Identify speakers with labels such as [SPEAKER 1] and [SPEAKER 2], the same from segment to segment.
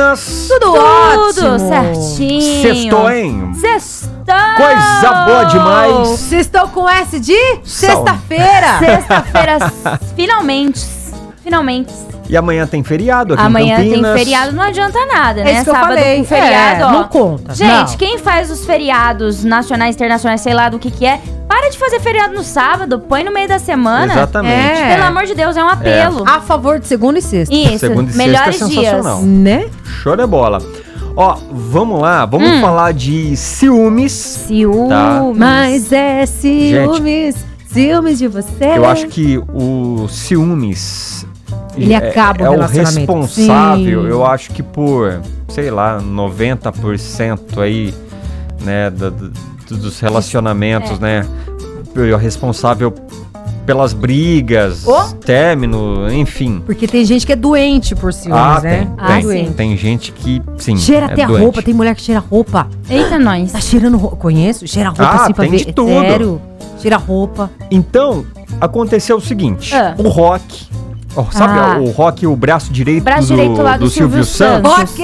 [SPEAKER 1] meninas?
[SPEAKER 2] Tudo,
[SPEAKER 3] Tudo
[SPEAKER 2] ótimo.
[SPEAKER 3] certinho.
[SPEAKER 1] Sextou, hein?
[SPEAKER 3] Sextou!
[SPEAKER 1] Coisa boa demais.
[SPEAKER 2] Vocês estão com S de sexta-feira.
[SPEAKER 3] Sexta-feira, finalmente. Finalmente.
[SPEAKER 1] E amanhã tem feriado aqui
[SPEAKER 3] Amanhã
[SPEAKER 1] em Campinas.
[SPEAKER 3] tem feriado, não adianta nada,
[SPEAKER 2] É
[SPEAKER 3] né?
[SPEAKER 2] isso que eu
[SPEAKER 3] Sábado
[SPEAKER 2] falei.
[SPEAKER 3] com feriado,
[SPEAKER 2] É,
[SPEAKER 3] ó.
[SPEAKER 2] não conta,
[SPEAKER 3] Gente,
[SPEAKER 2] não.
[SPEAKER 3] quem faz os feriados nacionais, internacionais, sei lá do que que é, para de fazer feriado no sábado, põe no meio da semana.
[SPEAKER 1] Exatamente. Ah,
[SPEAKER 2] É.
[SPEAKER 3] Pelo amor de Deus, é um apelo.
[SPEAKER 2] A favor de segunda e sexta.
[SPEAKER 3] Isso,
[SPEAKER 1] Segunda e sexta é
[SPEAKER 3] melhores dias.
[SPEAKER 1] sensacional.
[SPEAKER 2] Né?
[SPEAKER 3] É.
[SPEAKER 1] Show de bola. Ó, vamos lá, vamos
[SPEAKER 3] Hum.
[SPEAKER 1] falar de ciúmes.
[SPEAKER 3] Ciúmes.
[SPEAKER 1] Tá.
[SPEAKER 2] Mas é ciúmes. Ciúmes de você.
[SPEAKER 1] Eu acho que o ciúmes
[SPEAKER 2] Ele
[SPEAKER 1] é,
[SPEAKER 2] acaba o
[SPEAKER 1] é o
[SPEAKER 2] relacionamento.
[SPEAKER 1] responsável,
[SPEAKER 2] Sim.
[SPEAKER 1] eu acho que por, sei lá, 90% aí, né, da- do- dos relacionamentos, né? É o responsável pelas brigas,
[SPEAKER 2] Ô!
[SPEAKER 1] término, enfim.
[SPEAKER 2] Porque tem gente que é doente por ciúmes,
[SPEAKER 1] ah,
[SPEAKER 2] né?
[SPEAKER 1] tem,
[SPEAKER 3] Ah,
[SPEAKER 1] tem.
[SPEAKER 3] sim.
[SPEAKER 1] Tem gente que, sim,
[SPEAKER 2] Cheira
[SPEAKER 1] é
[SPEAKER 2] até a
[SPEAKER 1] doente.
[SPEAKER 2] roupa, tem mulher que cheira roupa.
[SPEAKER 3] Eita, nós.
[SPEAKER 2] Tá cheirando roupa. Conheço? Cheira roupa
[SPEAKER 1] Ah,
[SPEAKER 2] assim pra
[SPEAKER 1] tem
[SPEAKER 2] ver.
[SPEAKER 1] de tudo.
[SPEAKER 2] Sério? Cheira roupa.
[SPEAKER 1] Então, aconteceu o seguinte:
[SPEAKER 3] Ah.
[SPEAKER 1] o rock. ó, sabe
[SPEAKER 3] Ah.
[SPEAKER 1] o rock, o braço direito,
[SPEAKER 3] Braço
[SPEAKER 1] do,
[SPEAKER 3] direito lá do Silvio Santos.
[SPEAKER 2] Rock!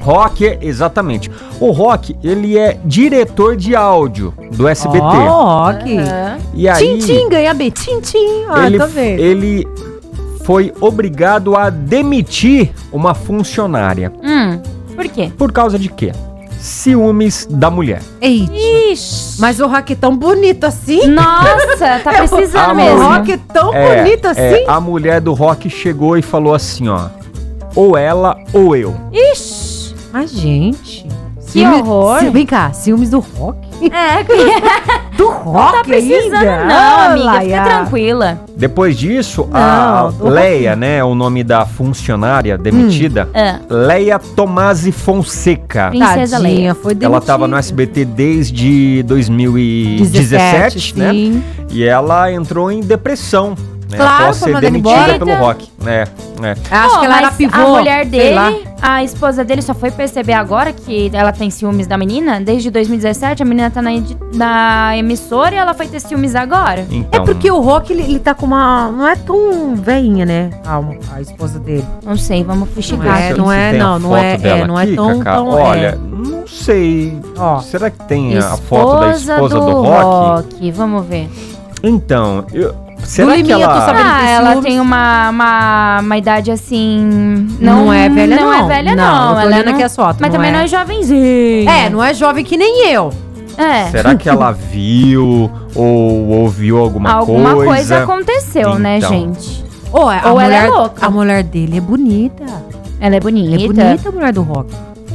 [SPEAKER 1] Rock, exatamente. O rock, ele é diretor de áudio do SBT.
[SPEAKER 2] Ó, Rock!
[SPEAKER 3] Aham.
[SPEAKER 1] E É. aí,
[SPEAKER 2] Tintim, ganha B. Tintim. Ah,
[SPEAKER 1] ele,
[SPEAKER 2] tá vendo.
[SPEAKER 1] ele foi obrigado a demitir uma funcionária.
[SPEAKER 3] Hum, por quê?
[SPEAKER 1] Por causa de quê? Ciúmes da mulher.
[SPEAKER 2] Ei,
[SPEAKER 3] Ixi.
[SPEAKER 2] mas o rock é tão bonito assim?
[SPEAKER 3] Nossa, tá precisando
[SPEAKER 1] Ah,
[SPEAKER 2] O
[SPEAKER 3] mesmo.
[SPEAKER 2] rock é tão
[SPEAKER 1] É,
[SPEAKER 2] bonito assim?
[SPEAKER 1] é, a mulher do rock chegou e falou assim, ó. Ou ela ou eu.
[SPEAKER 3] Ixi.
[SPEAKER 2] Mas, gente.
[SPEAKER 3] Que horror.
[SPEAKER 2] Ci- Vem cá, ciúmes do rock?
[SPEAKER 3] É,
[SPEAKER 2] tá
[SPEAKER 3] que
[SPEAKER 2] Do rock,
[SPEAKER 3] tá precisando
[SPEAKER 2] ainda?
[SPEAKER 3] não,
[SPEAKER 2] Ah,
[SPEAKER 3] amiga. Fica
[SPEAKER 2] Laia.
[SPEAKER 3] tranquila.
[SPEAKER 1] Depois disso, a
[SPEAKER 2] Não, o
[SPEAKER 1] Leia, né, o nome da funcionária demitida,
[SPEAKER 2] Hum.
[SPEAKER 3] Ah,
[SPEAKER 1] Leia Tomasi Fonseca.
[SPEAKER 3] Sim. Princesa
[SPEAKER 2] Tadinha,
[SPEAKER 3] Leia.
[SPEAKER 2] foi
[SPEAKER 1] Ela estava no
[SPEAKER 2] demitida.
[SPEAKER 1] SBT desde 2017, né?
[SPEAKER 2] sim.
[SPEAKER 1] E ela entrou em depressão, né?
[SPEAKER 2] Claro,
[SPEAKER 1] após
[SPEAKER 2] foi
[SPEAKER 1] ser
[SPEAKER 2] É mandada
[SPEAKER 1] demitida
[SPEAKER 3] embora.
[SPEAKER 1] pelo rock. né? né?
[SPEAKER 2] Acho
[SPEAKER 3] Pô,
[SPEAKER 2] que ela
[SPEAKER 3] mas
[SPEAKER 2] era pivô.
[SPEAKER 3] A mulher
[SPEAKER 2] sei
[SPEAKER 3] dele,
[SPEAKER 2] lá.
[SPEAKER 3] a esposa dele só foi perceber agora que ela tem ciúmes da menina. Desde 2017, a menina tá na, edi- na emissora e ela foi ter ciúmes agora.
[SPEAKER 2] É
[SPEAKER 1] Então,
[SPEAKER 2] porque o rock, ele, ele tá com uma. Não é tão veinha, né? A, a esposa dele.
[SPEAKER 3] Não sei, vamos fuxicar.
[SPEAKER 2] Não é,
[SPEAKER 1] deixa eu ver
[SPEAKER 2] não
[SPEAKER 1] se
[SPEAKER 2] é,
[SPEAKER 1] tem a
[SPEAKER 2] não, não
[SPEAKER 1] foto
[SPEAKER 2] é, é,
[SPEAKER 1] dela
[SPEAKER 2] não é
[SPEAKER 1] aqui,
[SPEAKER 2] tão-
[SPEAKER 1] Cacá.
[SPEAKER 2] tão, é.
[SPEAKER 1] Olha, não sei.
[SPEAKER 2] Ó.
[SPEAKER 1] Será que tem assim, a foto da esposa do, rock?
[SPEAKER 3] rock. Vamos ver.
[SPEAKER 1] Então, eu- será que
[SPEAKER 2] Liminha, eu tô
[SPEAKER 1] ela...
[SPEAKER 2] sabendo.
[SPEAKER 3] Ah,
[SPEAKER 2] tem
[SPEAKER 3] ela
[SPEAKER 2] ciúmes?
[SPEAKER 3] tem uma, uma, uma idade assim. Não,
[SPEAKER 2] Não, é velha, não.
[SPEAKER 3] Não é velha, não.
[SPEAKER 2] eu tô
[SPEAKER 3] Ela
[SPEAKER 2] olhando
[SPEAKER 3] não-
[SPEAKER 2] aqui as fotos.
[SPEAKER 3] Mas também
[SPEAKER 2] é...
[SPEAKER 3] não é jovenzinha.
[SPEAKER 2] É, não é jovem que nem eu.
[SPEAKER 3] É.
[SPEAKER 1] Será que ela viu ou ouviu alguma,
[SPEAKER 3] Alguma coisa,
[SPEAKER 1] coisa?
[SPEAKER 3] aconteceu, né,
[SPEAKER 1] Então.
[SPEAKER 3] gente?
[SPEAKER 2] Ou, a
[SPEAKER 3] Ou ela
[SPEAKER 2] mulher,
[SPEAKER 3] é louca.
[SPEAKER 2] A mulher dele é bonita.
[SPEAKER 3] Ela é
[SPEAKER 2] Ela
[SPEAKER 3] bonita.
[SPEAKER 2] é bonita a mulher do rock.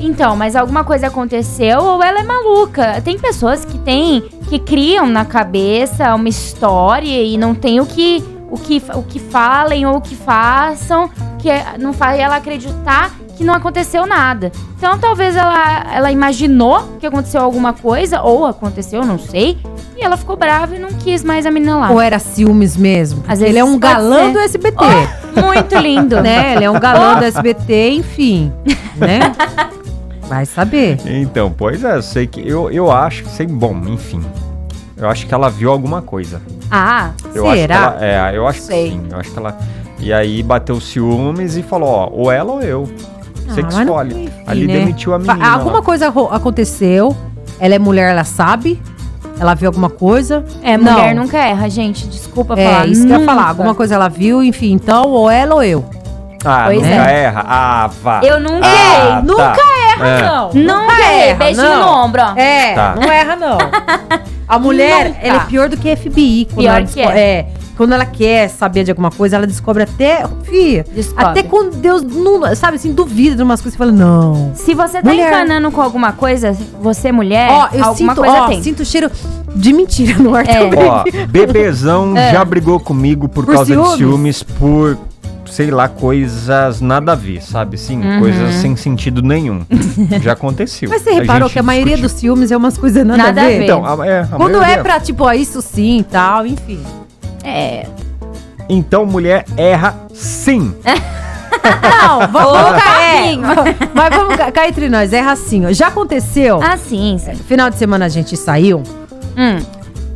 [SPEAKER 3] Então, mas alguma coisa aconteceu ou ela é maluca. Tem pessoas que têm, que criam na cabeça uma história e não tem o que, o que, o que falem ou o que façam, que é- não faz ela acreditar que não aconteceu nada. Então, talvez ela, ela imaginou que aconteceu alguma coisa, ou aconteceu, não sei, e ela ficou brava e não quis mais a menina lá.
[SPEAKER 2] Ou era ciúmes mesmo? Porque
[SPEAKER 3] Ah. Às vezes
[SPEAKER 2] ele é um
[SPEAKER 3] pode
[SPEAKER 2] galã
[SPEAKER 3] ser.
[SPEAKER 2] do SBT.
[SPEAKER 3] Muito lindo, né?
[SPEAKER 2] Né? Ele é um galã do SBT, enfim. Né? Vai saber.
[SPEAKER 1] Então, pois é, eu sei que eu, eu acho, sei, bom, enfim. Eu acho que ela viu alguma coisa.
[SPEAKER 3] Ah,
[SPEAKER 1] Eu
[SPEAKER 2] Será?
[SPEAKER 1] Acho que ela, é, eu acho
[SPEAKER 2] Sei.
[SPEAKER 1] que sim, eu acho que ela e aí bateu ciúmes e falou, ó, ou ela ou eu. Você que
[SPEAKER 2] Ah, mas não-
[SPEAKER 1] escolhe.
[SPEAKER 2] enfim,
[SPEAKER 1] Ali
[SPEAKER 2] né?
[SPEAKER 1] demitiu a
[SPEAKER 2] Fa-
[SPEAKER 1] menina. lá.
[SPEAKER 2] Alguma coisa ro- aconteceu. Ela é mulher, ela sabe. Ela viu alguma coisa.
[SPEAKER 3] é, mulher
[SPEAKER 2] Não.
[SPEAKER 3] nunca erra, gente. Desculpa falar.
[SPEAKER 2] É, isso que eu ia falar.
[SPEAKER 3] nunca.
[SPEAKER 2] Alguma coisa ela viu, enfim. Então, ou ela ou eu.
[SPEAKER 1] Ah,
[SPEAKER 3] Pois
[SPEAKER 1] nunca erra. Ah, vá.
[SPEAKER 3] Eu nunca errei.
[SPEAKER 1] ah,
[SPEAKER 2] é. nunca
[SPEAKER 1] erra,
[SPEAKER 3] Não errei.
[SPEAKER 2] erra,
[SPEAKER 3] Beijinho
[SPEAKER 2] não.
[SPEAKER 3] no ombro, ó.
[SPEAKER 2] É,
[SPEAKER 1] Tá.
[SPEAKER 2] não erra, não. A mulher,
[SPEAKER 3] Nunca.
[SPEAKER 2] ela é pior do que FBI. Quando
[SPEAKER 3] tá. Pior
[SPEAKER 2] ela
[SPEAKER 3] que
[SPEAKER 2] desco- é. Quando ela quer saber de alguma coisa, ela descobre até. Fia,
[SPEAKER 3] Descobre.
[SPEAKER 2] até quando Deus não. Sabe assim, duvida de umas coisas e fala, não.
[SPEAKER 3] Se você tá
[SPEAKER 2] Mulher.
[SPEAKER 3] encanando com alguma coisa, você é mulher,
[SPEAKER 2] ó, eu
[SPEAKER 3] alguma
[SPEAKER 2] sinto,
[SPEAKER 3] coisa
[SPEAKER 2] ó,
[SPEAKER 3] tem.
[SPEAKER 2] sinto o cheiro de mentira no ar
[SPEAKER 3] É.
[SPEAKER 2] também.
[SPEAKER 1] Ó, bebezão
[SPEAKER 3] É.
[SPEAKER 1] já brigou comigo por,
[SPEAKER 2] Por
[SPEAKER 1] causa de
[SPEAKER 2] ciúmes?
[SPEAKER 1] ciúmes por, sei lá, coisas nada a ver, sabe? Sim,
[SPEAKER 3] Uhum.
[SPEAKER 1] coisas sem sentido nenhum. já aconteceu.
[SPEAKER 2] Mas você reparou
[SPEAKER 1] gente
[SPEAKER 2] que a maioria
[SPEAKER 1] discutiu.
[SPEAKER 2] dos ciúmes é umas coisas nada,
[SPEAKER 3] Nada
[SPEAKER 2] a
[SPEAKER 3] a
[SPEAKER 2] ver?
[SPEAKER 3] ver.
[SPEAKER 1] Então, a, é, a
[SPEAKER 2] Quando
[SPEAKER 1] maioria.
[SPEAKER 2] é pra, tipo, ó, isso sim e tal, enfim.
[SPEAKER 3] É.
[SPEAKER 1] Então, mulher erra sim.
[SPEAKER 2] Não,
[SPEAKER 3] Ô,
[SPEAKER 2] vamos cair.
[SPEAKER 3] Carlinhos.
[SPEAKER 2] Mas vamos ca- cá entre nós, é racinho. Já aconteceu?
[SPEAKER 3] Ah, sim, sim.
[SPEAKER 2] Final de semana a gente saiu
[SPEAKER 3] Hum.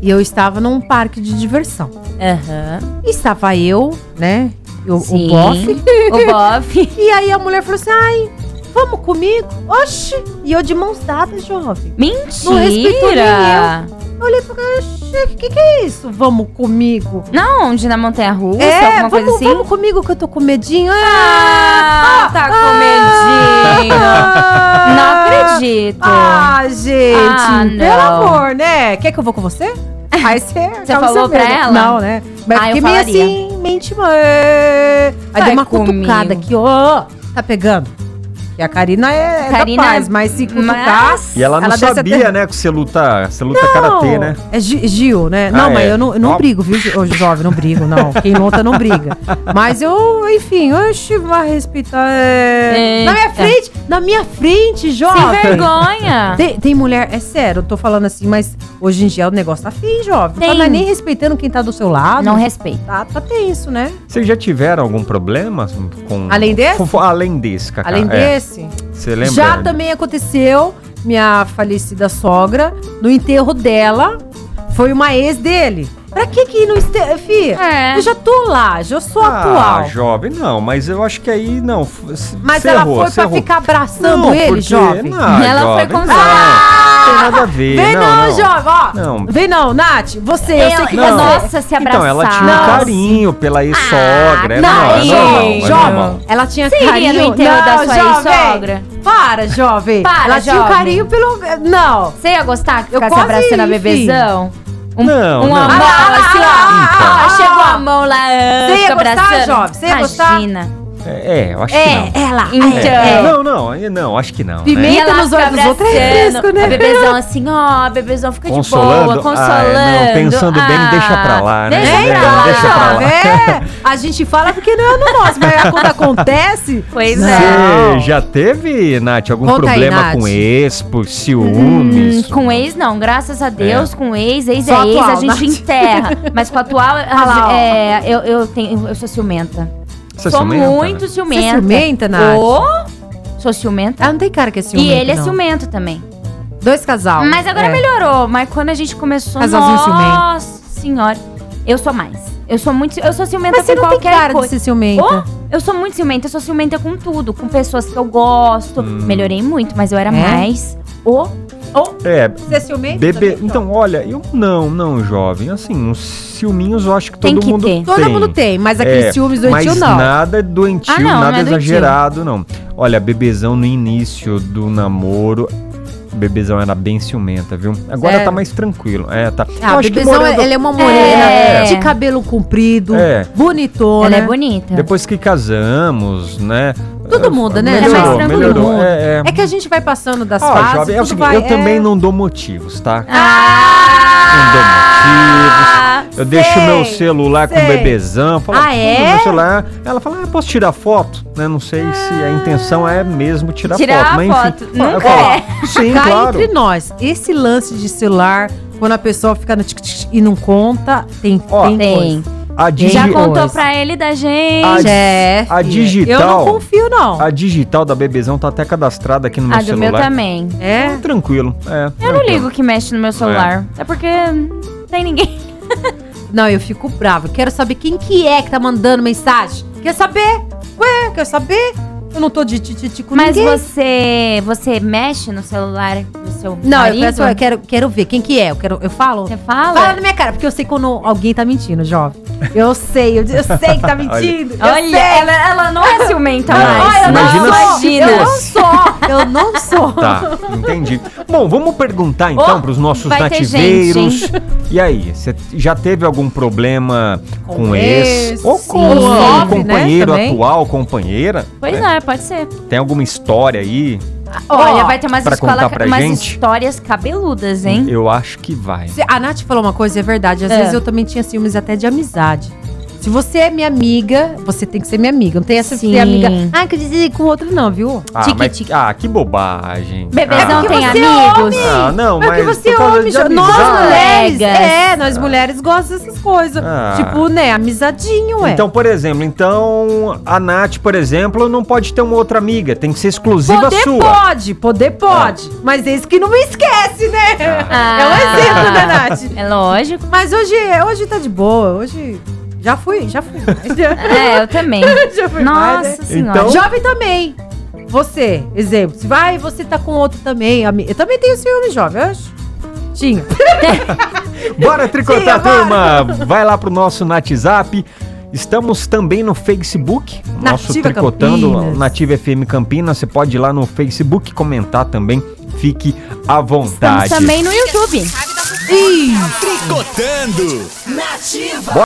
[SPEAKER 2] e eu estava num parque de diversão.
[SPEAKER 3] Aham.
[SPEAKER 2] E estava eu, né? eu- o
[SPEAKER 3] Sim.
[SPEAKER 2] bofe.
[SPEAKER 3] O bofe.
[SPEAKER 2] E aí a mulher falou assim: ai, Vamos comigo? Oxi! E eu de mãos dadas, jovem.
[SPEAKER 3] Mentira!
[SPEAKER 2] Não respeitou nem Eu olhei pra cara, oxi, o que, que é isso? Vamos comigo?
[SPEAKER 3] Na onde? Na Montanha Russa?
[SPEAKER 2] é,
[SPEAKER 3] alguma
[SPEAKER 2] vamos,
[SPEAKER 3] coisa assim?
[SPEAKER 2] vamos comigo que eu tô com medinho. Ah,
[SPEAKER 3] Ah, tá comedinho!
[SPEAKER 2] ah,
[SPEAKER 3] Não acredito!
[SPEAKER 2] Ah, gente,
[SPEAKER 3] Ah, não.
[SPEAKER 2] pelo amor, né? Quer que eu vou com você? Aí você acaba
[SPEAKER 3] falou pra
[SPEAKER 2] mesmo.
[SPEAKER 3] ela?
[SPEAKER 2] um Não, né? Mas
[SPEAKER 3] Ah, eu
[SPEAKER 2] fiquei meio
[SPEAKER 3] falaria.
[SPEAKER 2] assim, mente mãe. Aí
[SPEAKER 3] Vai
[SPEAKER 2] deu uma
[SPEAKER 3] comigo.
[SPEAKER 2] cutucada aqui, ó. Tá pegando. E a Karina é, é
[SPEAKER 3] Karina-
[SPEAKER 2] da paz, mas se cutucar...
[SPEAKER 3] Mas...
[SPEAKER 1] E ela não
[SPEAKER 2] Ela desce
[SPEAKER 1] sabia,
[SPEAKER 2] até-
[SPEAKER 1] né, que você luta, você luta karatê, né?
[SPEAKER 2] É Gi- Gil, né?
[SPEAKER 1] Ah,
[SPEAKER 2] não, mas
[SPEAKER 1] é.
[SPEAKER 2] eu não, eu não
[SPEAKER 1] Ó.
[SPEAKER 2] brigo, viu, jo- ô, jovem? Não brigo, não. Quem luta não briga. Mas eu, enfim, oxe, vai respeitar. é. Na minha
[SPEAKER 3] Eita.
[SPEAKER 2] frente, na minha frente,
[SPEAKER 3] Sem
[SPEAKER 2] jovem.
[SPEAKER 3] vergonha!
[SPEAKER 2] Tem, tem mulher, é sério, eu tô falando assim, mas hoje em dia o negócio tá fim, jovem. Tá
[SPEAKER 3] Tem.
[SPEAKER 2] não é nem respeitando quem tá do seu lado.
[SPEAKER 3] Não respeito.
[SPEAKER 2] tá, tá tenso, né?
[SPEAKER 1] Vocês já tiveram algum problema com
[SPEAKER 2] Além desse?
[SPEAKER 1] Com- além desse, Cacá.
[SPEAKER 2] Além
[SPEAKER 1] É,
[SPEAKER 2] desse,
[SPEAKER 1] Você lembra?
[SPEAKER 2] já também aconteceu, minha falecida sogra, no enterro dela, foi uma ex dele. Pra que que não este... Fia,
[SPEAKER 3] É.
[SPEAKER 2] eu já tô lá, já sou
[SPEAKER 1] Ah,
[SPEAKER 2] atual.
[SPEAKER 1] jovem, não, mas eu acho que aí não. f- se-
[SPEAKER 2] Mas
[SPEAKER 1] ferrou,
[SPEAKER 2] ela foi pra
[SPEAKER 1] ferrou.
[SPEAKER 2] ficar abraçando
[SPEAKER 1] Não,
[SPEAKER 2] ele,
[SPEAKER 1] porque-
[SPEAKER 2] jovem.
[SPEAKER 1] não,
[SPEAKER 3] Ela foi
[SPEAKER 1] jovem,
[SPEAKER 3] consolada.
[SPEAKER 1] não, não tem nada a ver.
[SPEAKER 2] Vem não,
[SPEAKER 1] não,
[SPEAKER 2] jovem, ó.
[SPEAKER 1] Não.
[SPEAKER 2] Vem não, Nath, você, eu, sei
[SPEAKER 3] Eu,
[SPEAKER 2] que
[SPEAKER 1] Não.
[SPEAKER 2] você... é
[SPEAKER 3] Nossa, se abraçar.
[SPEAKER 1] Então, ela tinha um
[SPEAKER 2] Não, Ah,
[SPEAKER 1] carinho pela ex-sogra. é
[SPEAKER 3] não,
[SPEAKER 1] normal, é
[SPEAKER 3] gente,
[SPEAKER 1] normal, é
[SPEAKER 2] jovem,
[SPEAKER 1] normal.
[SPEAKER 2] ela tinha
[SPEAKER 3] Você
[SPEAKER 2] carinho.
[SPEAKER 3] iria no enterro da sua ex-sogra?
[SPEAKER 2] Para, jovem.
[SPEAKER 3] Para,
[SPEAKER 2] ela tinha um
[SPEAKER 3] jovem.
[SPEAKER 2] carinho pelo... Não.
[SPEAKER 3] Você ia gostar que
[SPEAKER 2] Eu
[SPEAKER 3] ficasse
[SPEAKER 2] quase
[SPEAKER 3] abraçando a
[SPEAKER 2] ia,
[SPEAKER 3] bebezão? Um,
[SPEAKER 1] Não,
[SPEAKER 3] uma
[SPEAKER 1] não.
[SPEAKER 3] mão
[SPEAKER 2] Ah,
[SPEAKER 3] ela assim, ó.
[SPEAKER 1] ah,
[SPEAKER 3] ó,
[SPEAKER 2] ah,
[SPEAKER 3] chegou
[SPEAKER 2] ah.
[SPEAKER 3] a mão lá, ah,
[SPEAKER 2] Você ia
[SPEAKER 3] fica
[SPEAKER 2] gostar,
[SPEAKER 3] abraçando.
[SPEAKER 2] jovem? Você ia gostar?
[SPEAKER 3] Imagina.
[SPEAKER 1] É, é, eu acho que não.
[SPEAKER 2] É, ela.
[SPEAKER 3] Então.
[SPEAKER 2] é, é.
[SPEAKER 1] Não, não, aí não, acho que não.
[SPEAKER 2] Pimenta.
[SPEAKER 1] Né?
[SPEAKER 3] E ela
[SPEAKER 2] nos olhos
[SPEAKER 3] fica
[SPEAKER 2] dos outros é
[SPEAKER 3] abraçando,
[SPEAKER 2] fresco, né?
[SPEAKER 3] A bebezão assim, ó, bebezão fica de boa,
[SPEAKER 1] Ah,
[SPEAKER 3] consolando.
[SPEAKER 1] é, não, pensando bem,
[SPEAKER 3] Ah,
[SPEAKER 1] deixa pra lá, né?
[SPEAKER 3] Deixa
[SPEAKER 1] É,
[SPEAKER 3] pra lá.
[SPEAKER 1] deixa pra lá.
[SPEAKER 2] jovem, é. A gente fala porque não é no nosso, mas quando acontece...
[SPEAKER 3] Pois
[SPEAKER 2] Não.
[SPEAKER 3] é.
[SPEAKER 1] Você já teve, Nath, algum
[SPEAKER 2] Conta aí,
[SPEAKER 1] problema
[SPEAKER 2] Nath.
[SPEAKER 1] com ex, por
[SPEAKER 3] Hum,
[SPEAKER 1] ciúmes?
[SPEAKER 3] com ex não, graças a Deus, com ex, ex
[SPEAKER 2] Só
[SPEAKER 3] é ex,
[SPEAKER 2] atual,
[SPEAKER 3] a gente
[SPEAKER 2] Nath.
[SPEAKER 3] enterra. Mas com a atual, a
[SPEAKER 2] lá, ó.
[SPEAKER 3] gen- é, eu, eu, tenho, eu sou ciumenta.
[SPEAKER 1] Você é
[SPEAKER 3] sou
[SPEAKER 1] ciumenta,
[SPEAKER 3] muito
[SPEAKER 1] né?
[SPEAKER 2] Você é
[SPEAKER 3] ciumenta.
[SPEAKER 2] ciumenta, Nath?
[SPEAKER 3] Ô, sou ciumenta.
[SPEAKER 2] Ela não tem cara que é ciumenta,
[SPEAKER 3] e ele é
[SPEAKER 2] não.
[SPEAKER 3] ciumento também.
[SPEAKER 2] Dois casal. É.
[SPEAKER 3] Mas agora melhorou. Mas quando a gente começou,
[SPEAKER 2] Casalzinho ciumento.
[SPEAKER 3] nossa senhora, eu sou mais. Eu sou muito, ci- eu sou ciumenta
[SPEAKER 2] Mas você
[SPEAKER 3] por
[SPEAKER 2] não tem
[SPEAKER 3] qualquer
[SPEAKER 2] cara de
[SPEAKER 3] coisa.
[SPEAKER 2] ser ciumenta.
[SPEAKER 3] Ô, eu sou muito ciumenta, eu sou ciumenta com tudo, com pessoas que eu gosto.
[SPEAKER 1] Hum.
[SPEAKER 3] Melhorei muito, mas eu era
[SPEAKER 2] É?
[SPEAKER 3] mais o
[SPEAKER 1] É,
[SPEAKER 2] Você é ciumenta?
[SPEAKER 1] bebê.
[SPEAKER 2] também,
[SPEAKER 1] Então, olha, eu não, não, jovem. Assim, uns ciúminhos eu acho que
[SPEAKER 3] Tem
[SPEAKER 1] todo
[SPEAKER 3] que
[SPEAKER 1] mundo
[SPEAKER 3] ter.
[SPEAKER 1] tem.
[SPEAKER 2] Todo mundo tem, mas aqueles
[SPEAKER 1] É,
[SPEAKER 2] ciúmes doentio
[SPEAKER 1] Mas
[SPEAKER 2] não.
[SPEAKER 1] nada doentio,
[SPEAKER 3] Ah, não, não
[SPEAKER 1] nada
[SPEAKER 3] é doentio.
[SPEAKER 1] exagerado, não. Olha, bebezão no início do namoro. Bebezão era bem ciumenta, viu? Agora
[SPEAKER 2] Sério?
[SPEAKER 1] tá mais tranquilo. É, tá.
[SPEAKER 2] Ah, a bebezão,
[SPEAKER 1] morando-
[SPEAKER 2] ela é uma morena,
[SPEAKER 3] É.
[SPEAKER 2] de cabelo comprido,
[SPEAKER 1] É.
[SPEAKER 2] bonitona.
[SPEAKER 3] Ela é bonita.
[SPEAKER 1] Depois que casamos, né?
[SPEAKER 2] Tudo muda, né?
[SPEAKER 3] É mais
[SPEAKER 1] Melhorou,
[SPEAKER 3] tranquilo.
[SPEAKER 1] melhorou. É, é.
[SPEAKER 2] É que a gente vai passando das
[SPEAKER 1] Ó,
[SPEAKER 2] fases,
[SPEAKER 1] jovem, é o
[SPEAKER 2] tudo
[SPEAKER 1] seguinte,
[SPEAKER 2] vai-
[SPEAKER 1] eu
[SPEAKER 2] é.
[SPEAKER 1] também não dou motivos, tá?
[SPEAKER 3] Ah!
[SPEAKER 1] Eu deixo
[SPEAKER 2] sei,
[SPEAKER 1] meu celular com o
[SPEAKER 2] sei.
[SPEAKER 1] bebezão, falo,
[SPEAKER 2] Ah,
[SPEAKER 1] "Tudo
[SPEAKER 2] é?
[SPEAKER 1] no meu celular. Ela fala, ah, posso tirar foto? Né? Não sei se a intenção é mesmo tirar,
[SPEAKER 3] Ah. Tirar
[SPEAKER 1] foto, mas enfim.
[SPEAKER 3] foto,
[SPEAKER 1] Eu
[SPEAKER 3] nunca
[SPEAKER 1] falo,
[SPEAKER 3] é.
[SPEAKER 1] Sim,
[SPEAKER 2] Cá
[SPEAKER 1] claro.
[SPEAKER 2] entre nós, esse lance de celular, quando a pessoa fica no tic -tic e não conta, tem,
[SPEAKER 1] Ó,
[SPEAKER 2] tem,
[SPEAKER 3] Tem.
[SPEAKER 2] coisa.
[SPEAKER 1] A, digi-
[SPEAKER 3] Já
[SPEAKER 2] Gente,
[SPEAKER 3] contou
[SPEAKER 2] hoje.
[SPEAKER 3] pra ele da
[SPEAKER 1] A
[SPEAKER 3] gente.
[SPEAKER 1] di-
[SPEAKER 2] Chefe,
[SPEAKER 1] a digital-
[SPEAKER 2] Eu não confio, não.
[SPEAKER 1] a digital da bebezão tá até cadastrada aqui no meu
[SPEAKER 3] A ah, do meu
[SPEAKER 1] celular.
[SPEAKER 3] também.
[SPEAKER 2] É?
[SPEAKER 1] Tranquilo. É,
[SPEAKER 3] Eu não ligo que mexe no meu celular. É, porque tem ninguém.
[SPEAKER 2] Não, eu fico brava. Quero saber quem que é que tá mandando mensagem. Quer saber? Ué, quer saber? Eu não tô de tititi com
[SPEAKER 3] Mas
[SPEAKER 2] ninguém.
[SPEAKER 3] você você mexe no celular do seu
[SPEAKER 2] Não, eu,
[SPEAKER 3] marido?
[SPEAKER 2] peço, eu quero, quero ver quem que é. Eu, quero, eu falo.
[SPEAKER 3] Você fala?
[SPEAKER 2] Fala na minha cara, porque eu sei quando alguém tá mentindo, jovem. Eu sei, eu, eu sei que tá mentindo. eu
[SPEAKER 3] Olha,
[SPEAKER 2] sei.
[SPEAKER 3] ela, ela não é ciumenta
[SPEAKER 1] Não,
[SPEAKER 3] mais.
[SPEAKER 2] Olha, eu não
[SPEAKER 1] Imagina
[SPEAKER 2] sou,
[SPEAKER 1] se-
[SPEAKER 2] Eu
[SPEAKER 3] imagina.
[SPEAKER 2] não sou, eu não sou.
[SPEAKER 1] Tá, entendi. Bom, vamos perguntar então
[SPEAKER 3] Oh,
[SPEAKER 1] pros nossos
[SPEAKER 3] vai ter
[SPEAKER 1] nativeiros.
[SPEAKER 3] gente,
[SPEAKER 1] e aí, você já teve algum problema com,
[SPEAKER 2] Com
[SPEAKER 1] ex,
[SPEAKER 2] ex,
[SPEAKER 1] Ou com um
[SPEAKER 2] sim. Envolve, né,
[SPEAKER 1] companheiro
[SPEAKER 2] também.
[SPEAKER 1] atual, companheira?
[SPEAKER 3] Pois
[SPEAKER 1] né?
[SPEAKER 3] é, pode ser.
[SPEAKER 1] Tem alguma história aí?
[SPEAKER 3] Olha, vai ter umas,
[SPEAKER 1] pra
[SPEAKER 3] escola,
[SPEAKER 1] contar pra
[SPEAKER 3] umas
[SPEAKER 1] gente?
[SPEAKER 3] histórias cabeludas, hein?
[SPEAKER 1] Eu acho que vai.
[SPEAKER 2] Se- A Nath falou uma coisa, e é verdade. Às
[SPEAKER 3] É.
[SPEAKER 2] vezes eu também tinha ciúmes até de amizade. Se você é minha amiga, você tem que ser minha amiga. Não tem essa de
[SPEAKER 3] Sim.
[SPEAKER 2] ser amiga. Ah, que dizer com outro, não, viu?
[SPEAKER 1] Ah,
[SPEAKER 3] Tique,
[SPEAKER 1] mas-
[SPEAKER 3] tique.
[SPEAKER 1] ah, que bobagem.
[SPEAKER 3] Bebezão
[SPEAKER 1] ah,
[SPEAKER 2] porque
[SPEAKER 3] tem
[SPEAKER 2] você é
[SPEAKER 3] amigos.
[SPEAKER 1] Ah, não,
[SPEAKER 2] Mas
[SPEAKER 1] mas
[SPEAKER 2] que
[SPEAKER 1] por
[SPEAKER 2] você é
[SPEAKER 1] causa
[SPEAKER 2] homem,
[SPEAKER 1] de Ah,
[SPEAKER 2] jo- nós
[SPEAKER 1] amizade.
[SPEAKER 2] mulheres.
[SPEAKER 3] Colegas.
[SPEAKER 2] É, nós mulheres gostamos dessas coisas.
[SPEAKER 1] Ah.
[SPEAKER 2] Tipo, né, amizadinho, é.
[SPEAKER 1] Então, por exemplo, então a Nath, por exemplo, não pode ter uma outra amiga, tem que ser exclusiva
[SPEAKER 2] Poder
[SPEAKER 1] sua.
[SPEAKER 2] pode, poder pode. Mas esse que não me esquece, né?
[SPEAKER 3] Ah.
[SPEAKER 2] É um exemplo, né, Nath?
[SPEAKER 3] É lógico.
[SPEAKER 2] Mas hoje, hoje tá de boa, hoje... Já fui, já fui. mais.
[SPEAKER 3] É, eu também.
[SPEAKER 2] já fui mais, né?
[SPEAKER 3] Nossa senhora.
[SPEAKER 1] Então-
[SPEAKER 2] Jovem também. Você, exemplo, se vai você tá com outro também. ami- Eu também tenho ciúme, jovem, eu acho. Tinha.
[SPEAKER 1] Bora tricotar,
[SPEAKER 2] Sim,
[SPEAKER 1] turma! Vai lá pro nosso WhatsApp. Estamos também no Facebook, nosso
[SPEAKER 2] Nativa
[SPEAKER 1] Tricotando
[SPEAKER 2] Campinas.
[SPEAKER 1] Nativa FM Campinas. Você pode ir lá no Facebook comentar também. Fique à
[SPEAKER 3] Estamos
[SPEAKER 1] vontade.
[SPEAKER 3] também no YouTube.
[SPEAKER 2] Ih!
[SPEAKER 4] Tricotando.